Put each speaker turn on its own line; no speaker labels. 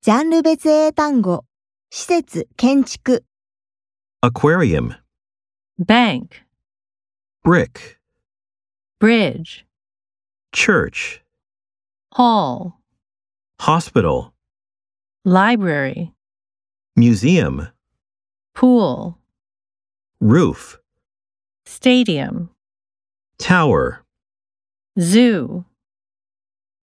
ジャンル別英単語、施設、建築、
aquarium,
bank,
brick,
bridge,
church,
hall,
hospital,
library,
museum,
pool,
roof,
stadium,
tower.
zoo.